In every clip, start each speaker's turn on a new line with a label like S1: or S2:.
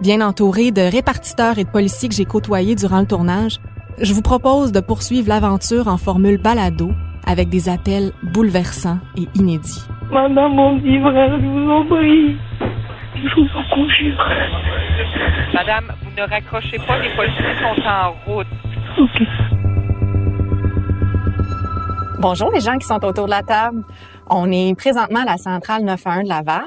S1: Bien entouré de répartiteurs et de policiers que j'ai côtoyés durant le tournage, je vous propose de poursuivre l'aventure en formule balado avec des appels bouleversants et inédits.
S2: Madame, mon petit frère, je vous en prie. Je vous en conjure.
S3: Madame, vous ne raccrochez pas, les policiers sont en route.
S2: Ok.
S4: Bonjour les gens qui sont autour de la table. On est présentement à la centrale 91 de Laval.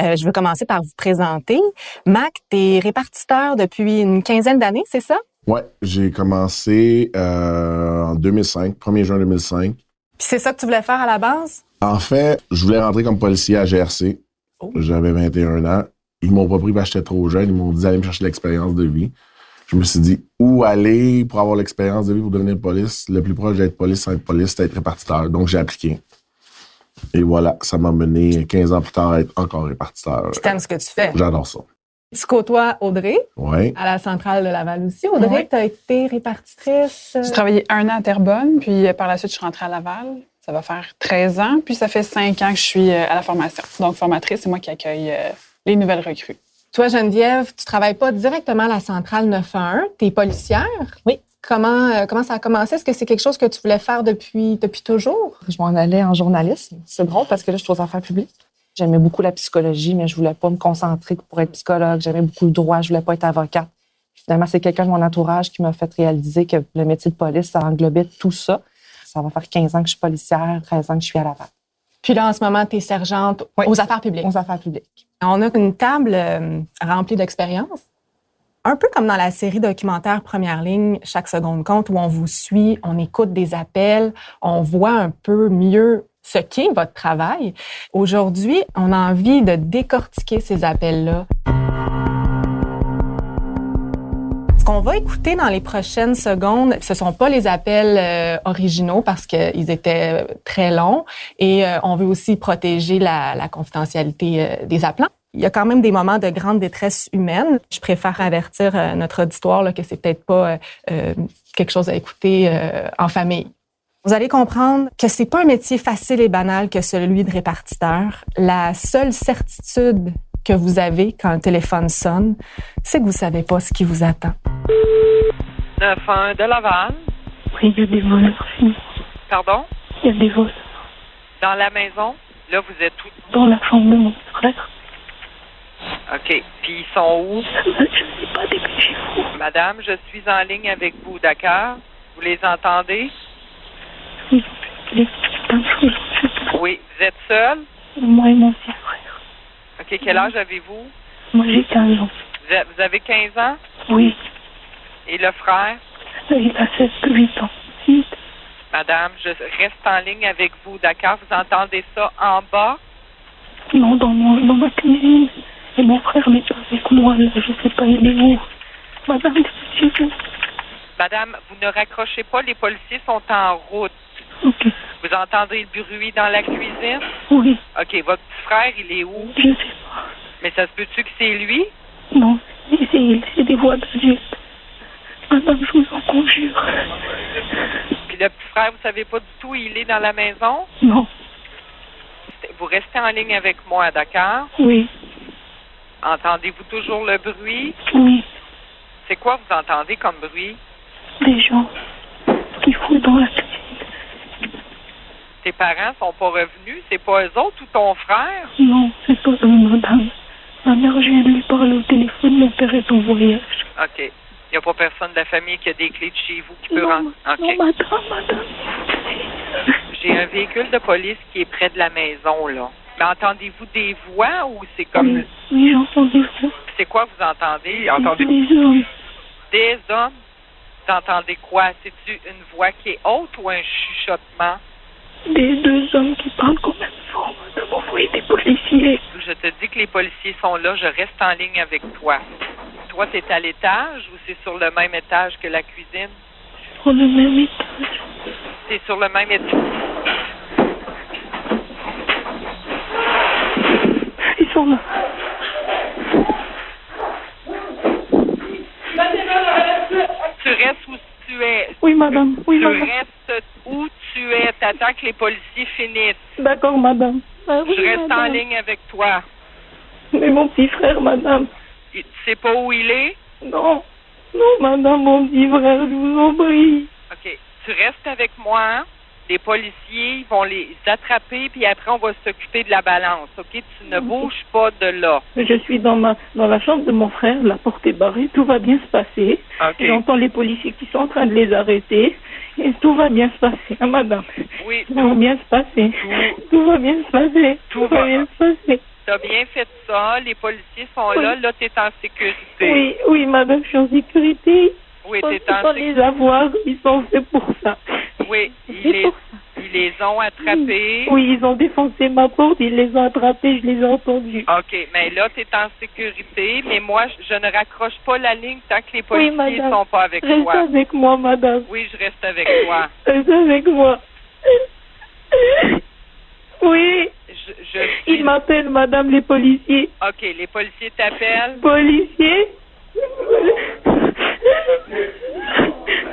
S4: Euh, je veux commencer par vous présenter. Mac, tu es répartiteur depuis une quinzaine d'années, c'est ça?
S5: Ouais, j'ai commencé euh, en 2005, 1er juin 2005.
S4: Puis c'est ça que tu voulais faire à la base?
S5: En fait, je voulais rentrer comme policier à GRC.
S4: Oh.
S5: J'avais 21 ans. Ils m'ont pas pris parce que j'étais trop jeune. Ils m'ont dit d'aller me chercher l'expérience de vie. Je me suis dit où aller pour avoir l'expérience de vie pour devenir police. Le plus proche d'être police sans être police, c'est être répartiteur. Donc j'ai appliqué. Et voilà, ça m'a mené 15 ans plus tard à être encore répartiteur.
S4: Puis t'aimes ce que tu fais.
S5: J'adore ça.
S4: Tu côtoies Audrey
S5: Ouais.
S4: à la centrale de Laval aussi. Audrey, tu as été répartitrice. euh,
S6: J'ai travaillé un an à Terrebonne, puis euh, par la suite, je suis rentrée à Laval. Ça va faire 13 ans, puis ça fait 5 ans que je suis euh, à la formation. Donc, formatrice, c'est moi qui accueille euh, les nouvelles recrues.
S4: Toi, Geneviève, tu travailles pas directement à la centrale 911, tu es policière.
S7: Oui.
S4: Comment, euh, comment ça a commencé? Est-ce que c'est quelque chose que tu voulais faire depuis, depuis toujours?
S7: Je m'en allais en journalisme. C'est drôle parce que là, je suis aux affaires publiques. J'aimais beaucoup la psychologie, mais je voulais pas me concentrer pour être psychologue. J'aimais beaucoup le droit, je voulais pas être avocate. Puis Finalement, c'est quelqu'un de mon entourage qui m'a fait réaliser que le métier de police, ça englobait tout ça. Ça va faire 15 ans que je suis policière, 13 ans que je suis à Laval,
S4: Puis là, en ce moment, tu es sergente
S7: Oui.
S4: aux affaires publiques.
S7: aux affaires publiques.
S4: On a une table euh, remplie d'expériences. Un peu comme dans la série documentaire Première ligne, chaque seconde compte, où on vous suit, on écoute des appels, on voit un peu mieux ce qu'est votre travail. Aujourd'hui, on a envie de décortiquer ces appels-là. Ce qu'on va écouter dans les prochaines secondes, ce sont pas les appels euh, originaux parce qu'ils étaient euh, très longs et euh, on veut aussi protéger la, la confidentialité euh, des appelants. Il y a quand même des moments de grande détresse humaine. Je préfère avertir euh, notre auditoire là, que c'est peut-être pas euh, euh, quelque chose à écouter euh, en famille. Vous allez comprendre que c'est pas un métier facile et banal que celui de répartiteur. La seule certitude que vous avez quand le téléphone sonne, c'est que vous savez pas ce qui vous attend.
S3: 91 de Laval.
S2: Oui, il y a des voleurs. Il
S3: Pardon?
S2: y a des voleurs
S3: Dans la maison? Là, vous êtes où?
S2: dans la chambre de mon frère.
S3: OK. Puis ils sont où?
S2: Je ne sais pas, dépêchez-vous.
S3: Madame, je suis en ligne avec vous, d'accord? Vous les entendez?
S2: Oui, les putains de choses, je sais pas.
S3: Oui. Vous êtes seule?
S2: Moi et mon petit frère.
S3: OK. Quel âge avez-vous?
S2: Moi, j'ai 15 ans.
S3: Vous a- vous avez 15 ans?
S2: Oui,
S3: Et le frère?
S2: là, il a 7 8 ans. Vite.
S3: Madame, je reste en ligne avec vous, d'accord? Vous entendez ça en bas?
S2: Non, dans, mon, dans ma cuisine. Et mon frère n'est pas avec moi, là. Je sais pas, il est où. Madame, dépêchez-vous.
S3: Madame, vous ne raccrochez pas, les policiers sont en route.
S2: Ok.
S3: Vous entendez le bruit dans la cuisine?
S2: Oui,
S3: OK, votre petit frère, il est où?
S2: je sais pas.
S3: Mais ça se peut-tu que c'est lui?
S2: Non, mais c'est c'est des voix d'adultes. Madame, je vous en conjure.
S3: Puis le petit frère, vous savez pas du tout, il est dans la maison?
S2: Non,
S3: Vous restez en ligne avec moi, d'accord?
S2: oui,
S3: Entendez-vous toujours le bruit?
S2: oui,
S3: C'est quoi vous entendez comme bruit?
S2: des gens qui foutent dans la cuisine.
S3: Tes parents sont pas revenus? C'est pas eux autres ou ton frère?
S2: Non, c'est pas une madame. Ma mère, je viens de lui parler au téléphone, mon père est en voyage.
S3: OK. Il n'y a pas personne de la famille qui a des clés de chez vous qui peut
S2: Non,
S3: rentrer.
S2: ma- non,
S3: OK.
S2: madame, madame.
S3: J'ai un véhicule de police qui est près de la maison, là. Mais entendez-vous des voix ou c'est comme.
S2: Oui, oui, j'entends des voix.
S3: C'est quoi vous entendez?
S2: Des hommes.
S3: des hommes, vous entendez quoi? C'est-tu une voix qui est haute ou un chuchotement?
S2: Des deux hommes qui parlent quand même fort, madame. Envoyez des policiers.
S3: Je te dis que les policiers sont là, je reste en ligne avec toi. Toi, t'es à l'étage ou c'est sur le même étage que la cuisine?
S2: Sur le même étage.
S3: C'est sur le même étage.
S2: Ils sont là.
S3: Tu restes où tu es.
S2: Oui, madame. Oui,
S3: Tu
S2: madame.
S3: restes où tu es. T'attends que les policiers finissent.
S2: D'accord, madame. Ah, oui,
S3: Je reste en
S2: madame.
S3: ligne avec toi.
S2: Mais mon petit frère, madame.
S3: Il- Tu sais pas où il est?
S2: Non. Non, madame, mon petit frère, je vous en prie.
S3: OK. Tu restes avec moi. hein? Les policiers ils vont les attraper, puis après, on va s'occuper de la balance. OK? Tu ne bouges pas de là.
S2: Je suis dans ma dans la chambre de mon frère, la porte est barrée, tout va bien se passer.
S3: OK.
S2: J'entends les policiers qui sont en train de les arrêter. Et tout va bien se passer, hein, madame.
S3: Oui,
S2: Tout va bien se passer.
S3: Tout-
S2: Tout va bien se passer.
S3: Tout va-
S2: bien se passer.
S3: t'as bien fait ça. Les policiers sont
S2: Oui.
S3: là. Là, t'es en sécurité.
S2: Oui, oui, madame, je suis en sécurité.
S3: Oui,
S2: Sans
S3: t'es en
S2: sans
S3: sécurité.
S2: les avoir, ils sont faits pour ça.
S3: Oui, ils
S2: C'est
S3: les,
S2: pour
S3: ils les ont attrapés.
S2: Oui, ils ont défoncé ma porte, ils les ont attrapés, je les ai entendus.
S3: OK, mais là, tu es en sécurité, mais moi, je, je ne raccroche pas la ligne tant que les policiers
S2: madame.
S3: sont pas avec
S2: Reste
S3: toi.
S2: avec moi, madame.
S3: Oui, je reste avec toi.
S2: Reste avec moi. Oui,
S3: Je, je suis...
S2: ils m'appellent, madame, les policiers.
S3: OK, les policiers t'appellent.
S2: Policiers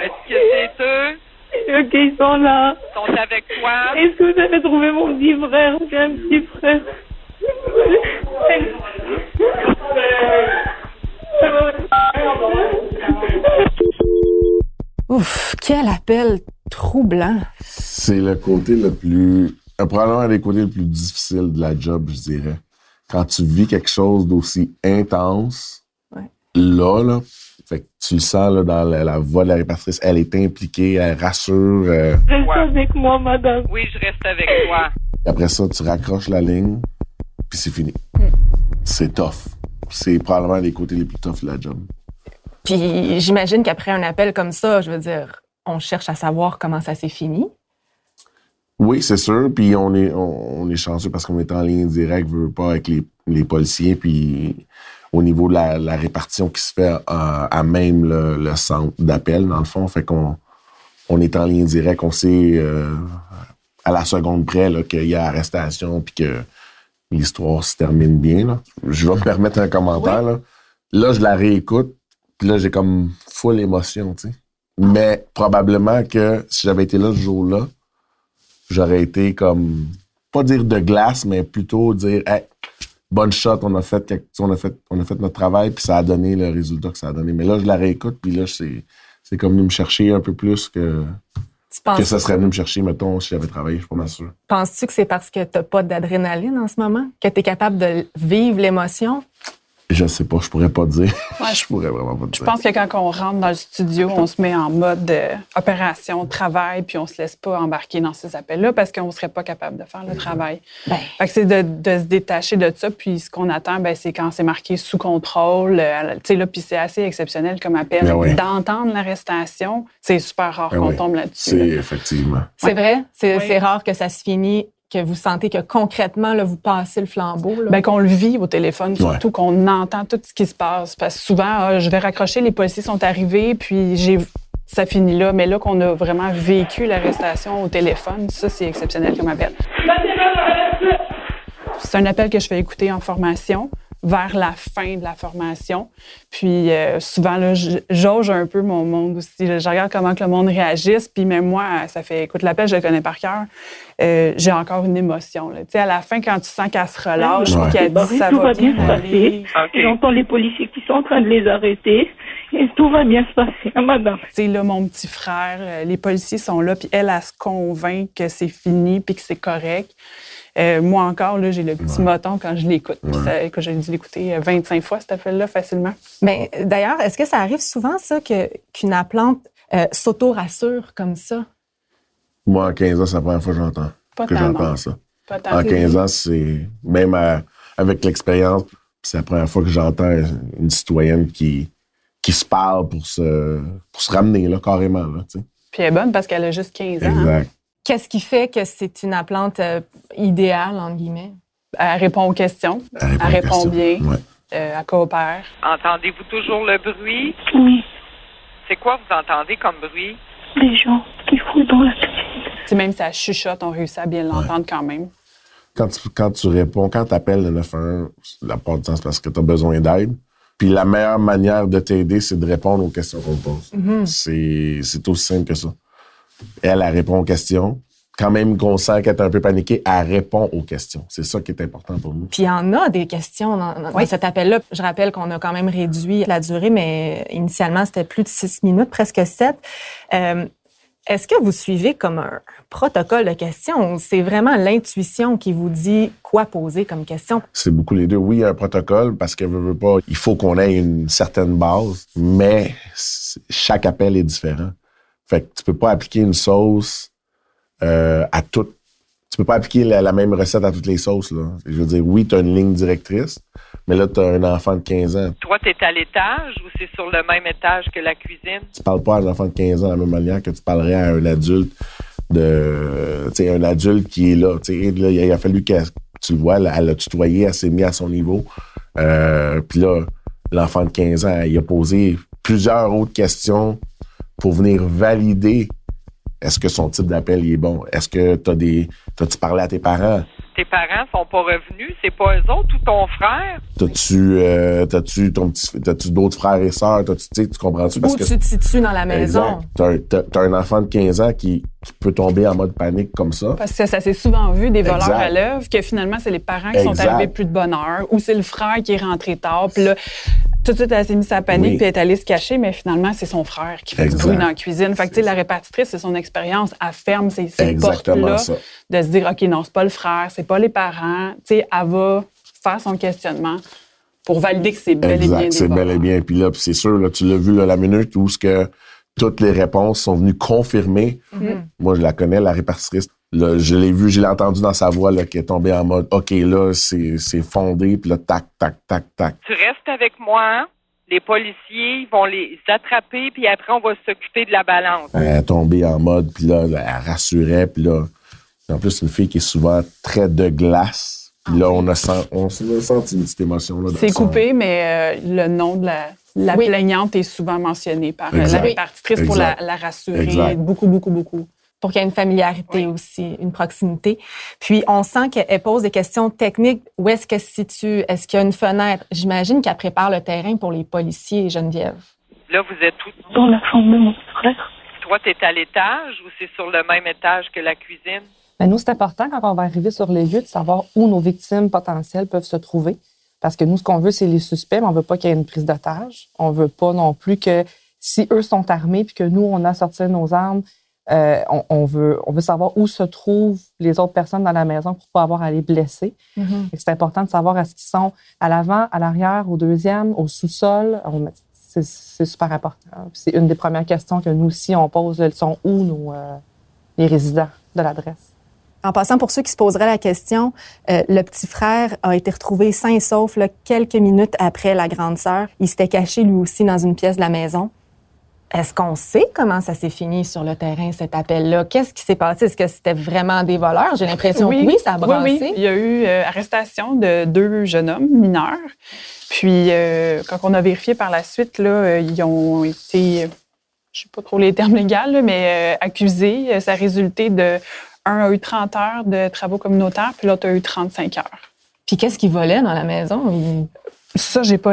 S3: Est-ce que c'est eux?
S2: Ok, ils sont là.
S3: Ils sont avec toi?
S2: Est-ce que vous avez trouvé mon petit frère J'ai un petit frère.
S4: Ouf, quel appel troublant.
S5: C'est le côté le plus. euh, Probablement un des côtés le plus difficile de la job, je dirais. Quand tu vis quelque chose d'aussi intense,
S4: Ouais.
S5: là, là, fait que tu le sens là, dans la, la voix de la répartitrice, elle est impliquée, elle rassure. euh,
S2: Reste
S3: Ouais.
S2: avec moi, madame.
S3: Oui, je reste avec toi.
S5: après ça, tu raccroches la ligne, puis c'est fini. C'est tough. C'est probablement un des côtés les plus tough de la job.
S4: Puis j'imagine qu'après un appel comme ça, je veux dire, on cherche à savoir comment ça s'est fini.
S5: Oui, c'est sûr. Puis on est, on, on est chanceux parce qu'on est en ligne directe, veut pas, avec les, les policiers. Puis au niveau de la, la répartition qui se fait euh, à même le, le centre d'appel, dans le fond, fait qu'on on est en ligne directe. On sait euh, à la seconde près là, qu'il y a arrestation puis que l'histoire se termine bien. Là. Je vais me permettre un commentaire. Là. là, je la réécoute. Puis là, j'ai comme full émotion, tu sais. Mais probablement que si j'avais été là ce jour-là, j'aurais été comme pas dire de glace, mais plutôt dire hey, bonne shot, on a fait quelque- on a fait on a fait notre travail puis ça a donné le résultat que ça a donné. Mais là je la réécoute puis là c'est c'est comme venu me chercher un peu plus que
S4: Tu
S5: que
S4: penses,
S5: ça serait venu me chercher mettons si j'avais travaillé, je suis pas mal sûr.
S4: penses-tu que c'est parce que t'as pas d'adrénaline en ce moment, que tu es capable de vivre l'émotion?
S5: Je sais pas, je pourrais pas dire.
S6: Ouais,
S5: je pourrais vraiment pas dire.
S6: Je pense que quand on rentre dans le studio, on se met en mode euh, opération, travail, puis on se laisse pas embarquer dans ces appels-là parce qu'on serait pas capable de faire le travail.
S4: Ben.
S6: Fait que c'est de, de se détacher de ça, puis ce qu'on attend, ben, c'est quand c'est marqué sous contrôle, euh, tu sais, là, puis c'est assez exceptionnel comme appel.
S5: Ben oui.
S6: D'entendre l'arrestation, c'est super rare
S5: Ben
S6: qu'on
S5: oui.
S6: tombe
S5: c'est
S6: là-dessus. là.
S5: effectivement.
S4: C'est vrai? C'est
S6: Oui.
S4: c'est rare que ça se finit, que vous sentez que concrètement, là, vous passez le flambeau. là.
S6: Ben, qu'on le vit au téléphone, surtout qu'on entend tout ce qui se passe. Parce que souvent, ah, je vais raccrocher, les policiers sont arrivés, puis j'ai ça finit là. Mais là, qu'on a vraiment vécu l'arrestation au téléphone, ça, c'est exceptionnel comme appel. C'est un appel que je fais écouter en formation vers la fin de la formation. Puis euh, souvent, là, je- jauge un peu mon monde aussi. là. Je regarde comment que le monde réagisse. Puis même moi, ça fait, écoute, l'appel, je le connais par cœur. Euh, j'ai encore une émotion. là. Tu sais, à la fin, quand tu sens qu'elle se relâche,
S5: Ouais.
S6: puis qu'elle dit
S2: Barré,
S6: ça
S2: tout
S6: va
S2: va bien
S6: bien
S2: se
S6: aller.
S2: passer.
S3: OK.
S2: J'entends les policiers qui sont en train de les arrêter. Et tout va bien se passer, hein, madame.
S6: Tu sais, là, mon petit frère, euh, les policiers sont là, puis elle, elle se convainc que c'est fini, puis que c'est correct. Euh, moi encore, là, j'ai le petit moton quand je l'écoute. Puis ça, écoute, j'ai dû l'écouter euh, 25 fois, cet appel-là, facilement.
S4: Mais d'ailleurs, est-ce que ça arrive souvent, ça, que- qu'une appelante euh, s'auto-rassure comme ça?
S5: Moi, à 15 ans, c'est la première fois que j'entends.
S6: Pas
S5: Que
S6: tant,
S5: j'entends
S6: non.
S5: ça.
S6: Pas tant.
S5: En 15 ans, c'est même à- avec l'expérience, c'est la première fois que j'entends une citoyenne qui, qui se parle pour se, pour se ramener là, carrément. Là, tu sais.
S6: Puis elle est bonne parce qu'elle a juste 15 ans. hein.
S5: Exact.
S4: Qu'est-ce qui fait que c'est une appelante euh, idéale, entre guillemets?
S6: Elle répond aux questions.
S5: Elle
S6: Elle répond
S5: aux questions.
S6: bien.
S5: Ouais.
S6: euh, elle coopère.
S3: Entendez-vous toujours le bruit?
S2: Oui,
S3: C'est quoi vous entendez comme bruit?
S2: des gens qui fouillent dans la cuisine.
S6: Tu sais, même si elle chuchote, on réussit à bien l'entendre quand même.
S5: quand tu, quand tu réponds, quand tu appelles le 911, la part du temps, c'est parce que tu as besoin d'aide. Puis la meilleure manière de t'aider, c'est de répondre aux questions qu'on te pose.
S6: Mm-hmm.
S5: C'est- C'est aussi simple que ça. Elle, elle répond aux questions. Quand même qu'on sent qu'elle est un peu paniquée, elle répond aux questions. C'est ça qui est important pour nous.
S4: Puis il y en a des questions dans, dans cet appel-là. Je rappelle qu'on a quand même réduit la durée, mais initialement, c'était plus de six minutes, presque sept. Euh, Est-ce que vous suivez comme un protocole de questions ou c'est vraiment l'intuition qui vous dit quoi poser comme question?
S5: C'est beaucoup les deux. Oui, il y a un protocole parce que veut, veut pas, il faut qu'on ait une certaine base, mais c- chaque appel est différent. Fait que tu peux pas appliquer une sauce euh, à toutes. Tu peux pas appliquer la, la même recette à toutes les sauces. Là. Je veux dire, oui, tu as une ligne directrice, mais là, tu as un enfant de 15 ans.
S3: Toi, t'es à l'étage ou c'est sur le même étage que la cuisine?
S5: Tu parles pas à un enfant de 15 ans de la même manière que tu parlerais à un adulte de tu sais, un adulte qui est là. tu sais, là, il, a, il a fallu qu'elle tu le vois, elle elle l'a tutoyé, elle s'est mise à son niveau. Euh, Puis là, l'enfant de 15 ans, il a posé plusieurs autres questions pour venir valider est-ce que son type d'appel il est bon? Est-ce que t'as des. T'as-tu parlé à tes parents?
S3: Tes parents sont pas revenus, c'est pas eux autres ou ton frère?
S5: T'as-tu euh, t'as-tu ton petit t'as-tu d'autres frères et sœurs? T'as-tu, tu sais, tu comprends-tu?
S4: Où tu te situes dans la maison?
S5: Exact. T'as un- T'as t'as un enfant de 15 ans qui, qui peut tomber en mode panique comme ça.
S6: Parce que ça s'est souvent vu des voleurs
S5: Exact.
S6: à l'œuvre que finalement, c'est les parents qui sont
S5: Exact.
S6: arrivés plus de bonne heure ou c'est le frère qui est rentré tard. Puis là, tout de suite, elle s'est mise à panique
S5: Oui.
S6: puis elle est allée se cacher, mais finalement, c'est son frère qui fait
S5: Exact.
S6: du bruit dans la cuisine. Fait que, tu sais, la répartitrice, c'est son expérience. Elle ferme ces, ces
S5: Exactement
S6: portes-là
S5: ça.
S6: de se dire, OK, non, c'est pas le frère, c'est pas les parents. Tu sais, elle va faire son questionnement pour valider que c'est bel et bien des
S5: Exact, c'est bel et
S6: voleurs.
S5: bien. Puis là, puis c'est sûr, là, tu l'as vu là, la minute où ce que toutes les réponses sont venues confirmer.
S6: Mm-hmm.
S5: Moi, je la connais, la répartitrice. Là, je l'ai vu, je l'ai entendu dans sa voix là, qui est tombée en mode OK, là, c'est c'est fondé, puis là, tac, tac, tac, tac.
S3: Tu restes avec moi. hein? Les policiers, ils vont les attraper, puis après, on va s'occuper de la balance.
S5: Euh, Elle est tombée en mode, puis là, là, elle rassurait, puis là. En plus, c'est une fille qui est souvent très de glace. Puis là, on a, sent- on a senti une petite émotion-là. dans
S6: C'est
S5: son-
S6: coupé, mais euh, le nom de la, la
S4: Oui.
S6: plaignante est souvent mentionné par euh, la
S5: Exact.
S6: répartitrice pour la,
S5: Exact.
S6: la rassurer
S5: Exact.
S6: beaucoup, beaucoup, beaucoup.
S4: pour qu'il y ait une familiarité aussi, une proximité. Puis on sent qu'elle elle pose des questions techniques. Où est-ce qu'elle se situe? Est-ce qu'il y a une fenêtre? J'imagine qu'elle prépare le terrain pour les policiers, Geneviève.
S3: Là, vous êtes où?
S2: Dans la chambre de mon frère,
S3: Toi, t'es à l'étage ou c'est sur le même étage que la cuisine?
S7: Mais Ben, nous, c'est important quand on va arriver sur les lieux de savoir où nos victimes potentielles peuvent se trouver. Parce que nous, ce qu'on veut, c'est les suspects, mais on veut pas qu'il y ait une prise d'otage. On veut pas non plus que si eux sont armés puis que nous, on a sorti nos armes, euh, on, on veut, on veut savoir où se trouvent les autres personnes dans la maison pour pas avoir à les blesser. Fait que C'est important de savoir est-ce qu'ils sont à l'avant, à l'arrière, au deuxième, au sous-sol. On- C'est c'est super important. Puis C'est une des premières questions que nous aussi, on pose. Ils sont où nos, euh, les résidents de l'adresse?
S8: En passant, pour ceux qui se poseraient la question, euh, le petit frère a été retrouvé sain et sauf là, quelques minutes après la grande sœur. Il s'était caché lui aussi dans une pièce de la maison.
S4: Est-ce qu'on sait comment ça s'est fini sur le terrain, cet appel-là? Qu'est-ce qui s'est passé? Est-ce que c'était vraiment des voleurs? J'ai l'impression que oui, ça a brassé.
S6: oui, oui. Il y a eu euh, arrestation de deux jeunes hommes mineurs. Puis, euh, quand on a vérifié par la suite, là, euh, ils ont été, euh, je sais pas trop les termes légaux, là, mais euh, accusés. Euh, Ça a résulté de un a eu 30 heures de travaux communautaires, puis l'autre a eu 35 heures.
S4: Puis qu'est-ce qu'ils volaient dans la maison? Ils-
S6: Ça, j'ai pas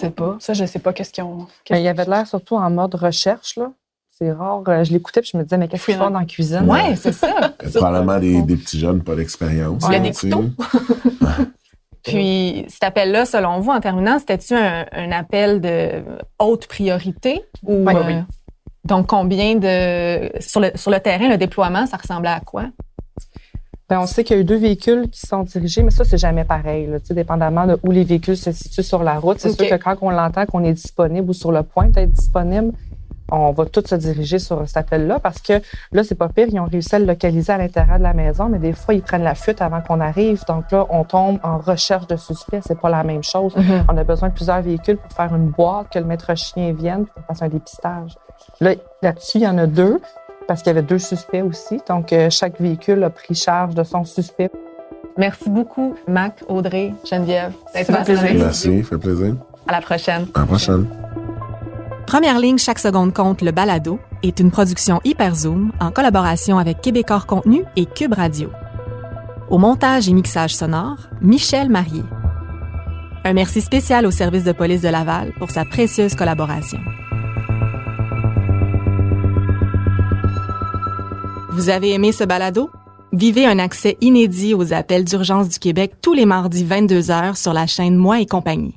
S4: Je sais pas.
S6: Ça, je sais pas qu'est-ce qu'ils ont.
S7: Mais il y avait de l'air surtout en mode recherche, là. C'est rare. euh, Je l'écoutais puis je me disais, mais qu'est-ce qu'ils font dans la cuisine?
S4: Ouais, c'est ça.
S5: Probablement des, des petits jeunes, pas d'expérience.
S4: Il y a
S5: hein,
S4: des
S5: tu sais.
S4: couteaux. Puis cet appel-là, selon vous, en terminant, c'était-tu un, un appel de haute priorité ou
S7: Oui, oui,
S4: euh, donc combien de sur le sur le terrain le déploiement, ça ressemblait à quoi
S7: Ben, on sait qu'il y a eu deux véhicules qui sont dirigés, mais ça, c'est jamais pareil. Là. Tu sais, Dépendamment de où les véhicules se situent sur la route, c'est
S4: OK.
S7: sûr que quand on l'entend qu'on est disponible ou sur le point d'être disponible, on va tous se diriger sur cet appel-là parce que là, c'est pas pire. Ils ont réussi à le localiser à l'intérieur de la maison, mais des fois, ils prennent la fuite avant qu'on arrive. Donc là, on tombe en recherche de suspects. C'est pas la même chose. On a besoin de plusieurs véhicules pour faire une boîte, que le maître chien vienne, puis qu'on fasse un dépistage. Là, là-dessus, il y en a deux, parce qu'il y avait deux suspects aussi. Donc, euh, chaque véhicule a pris charge de son suspect.
S4: Merci beaucoup, Mac, Audrey, Geneviève.
S6: Ça fait plaisir.
S5: Merci, fait plaisir.
S4: À la prochaine.
S5: À la prochaine.
S1: Première ligne chaque seconde compte le balado est une production Hyperzoom en collaboration avec Québecor Contenu et Cube Radio. Au montage et mixage sonore, Michel Marié. Un merci spécial au service de police de Laval pour sa précieuse collaboration. Vous avez aimé ce balado? Vivez un accès inédit aux appels d'urgence du Québec tous les mardis 22h sur la chaîne Moi et compagnie.